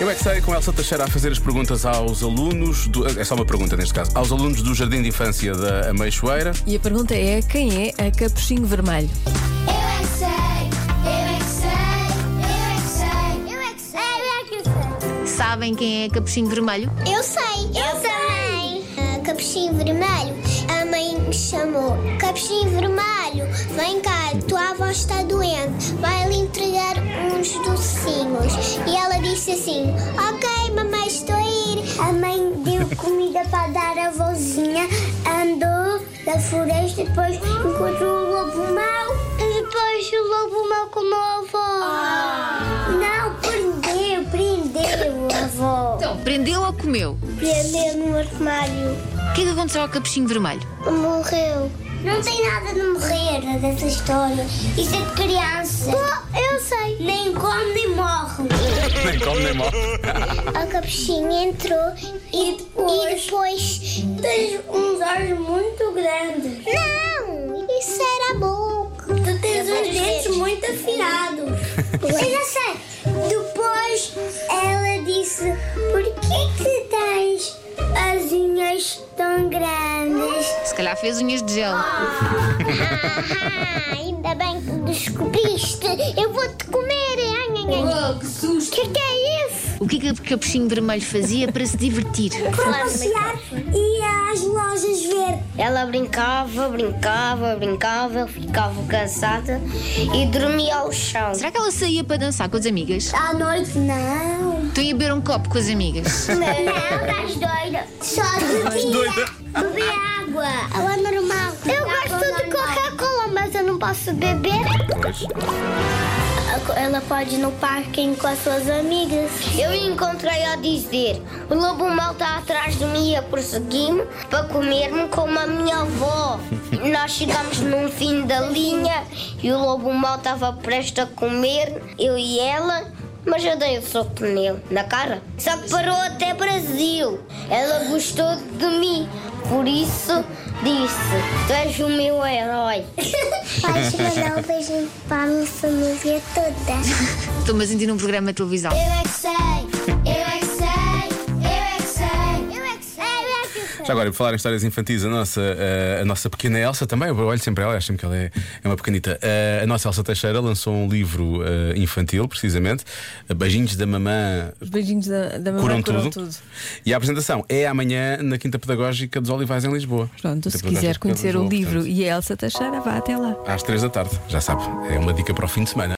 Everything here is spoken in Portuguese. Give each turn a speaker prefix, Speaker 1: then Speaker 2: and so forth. Speaker 1: Eu é que sei, com Elsa Teixeira a fazer as perguntas aos alunos, do, é só uma pergunta neste caso, aos alunos do Jardim de Infância da Ameixoeira.
Speaker 2: E a pergunta é: quem é a Capuchinho Vermelho?
Speaker 3: Eu é que sei, eu é que sei, eu é que sei, eu é que sei, eu é que sei, eu
Speaker 4: Sabem quem é Capuchinho Vermelho?
Speaker 3: sei. Eu sei, eu também. capuchinho vermelho, a mãe me chamou. Capuchinho vermelho, vem cá, tua avó está doente, vai lhe entregar uns docinhos. E ela disse assim: Ok, mamãe, estou a ir. A mãe deu comida para dar à vozinha, andou da floresta, depois encontrou o lobo mau. Depois o lobo mau comeu a avó. Não, prendeu, prendeu a avó.
Speaker 4: Então, prendeu ou comeu?
Speaker 3: Prendeu no armário.
Speaker 4: O que é que aconteceu ao Capuchinho Vermelho?
Speaker 3: Morreu. Não tem nada de morrer dessa história. Isso é de criança. eu sei. Nem come nem morre.
Speaker 1: Nem como nem mal.
Speaker 3: A capuchinha entrou e, depois, Tens uns olhos muito grandes. Não! Isso era a boca. Tu tens uns dentes muito afiados. Eu já sei. Depois ela disse: Por que, que tens as unhas tão grandes?
Speaker 4: Se calhar fez unhas de gel.
Speaker 3: Ah, ainda bem que descobriste. Eu vou-te comer, hein? Oh, que susto! Que que é isso?
Speaker 4: O que é que o Capuchinho Vermelho fazia para se divertir?
Speaker 3: Passear e às lojas ver.
Speaker 5: Ela brincava, brincava, brincava, eu ficava cansada e dormia ao chão.
Speaker 4: Será que ela saía para dançar com as amigas?
Speaker 3: À noite? Não.
Speaker 4: Então ia beber um copo com as amigas?
Speaker 3: Não, estás doida. Só bebia. Bebia água. Água normal. Tá Eu gosto de Coca-Cola, mas eu não posso beber.
Speaker 1: Pois.
Speaker 3: Ela pode ir no parque com as suas amigas.
Speaker 5: Eu encontrei a dizer: o lobo mal está atrás de mim a perseguir-me para comer-me como a minha avó. E Nós chegámos num fim da linha e o lobo mal estava prestes a comer, eu e ela. Mas eu dei o soco nele, na cara. Só que parou até Brasil. Ela gostou de mim. Por isso disse: Tu és o meu herói.
Speaker 3: Pode mandar um beijinho para a minha família toda.
Speaker 4: Estou, mas ainda num programa de televisão.
Speaker 3: Eu é que sei, eu é que sei, eu é que sei, eu é que sei, eu é que sei.
Speaker 1: Já agora, por falar em histórias infantis, a nossa, eh, a nossa pequena Elsa também, eu olho sempre ela, acho sempre que ela é, é uma pequenita. Eh, a nossa Elsa Teixeira lançou um livro eh, infantil, precisamente, Beijinhos da Mamã
Speaker 2: Os beijinhos da, da
Speaker 1: Curam,
Speaker 2: mamãe
Speaker 1: tudo.
Speaker 2: tudo.
Speaker 1: E a apresentação é amanhã na Quinta Pedagógica dos Olivais, em Lisboa.
Speaker 2: Pronto,
Speaker 1: Quinta
Speaker 2: se
Speaker 1: Pedagógica
Speaker 2: quiser
Speaker 1: de
Speaker 2: conhecer o
Speaker 1: Lisboa,
Speaker 2: livro
Speaker 1: portanto,
Speaker 2: e a Elsa Teixeira, vá até lá.
Speaker 1: Às três da tarde, já sabe, é uma dica para o fim de semana.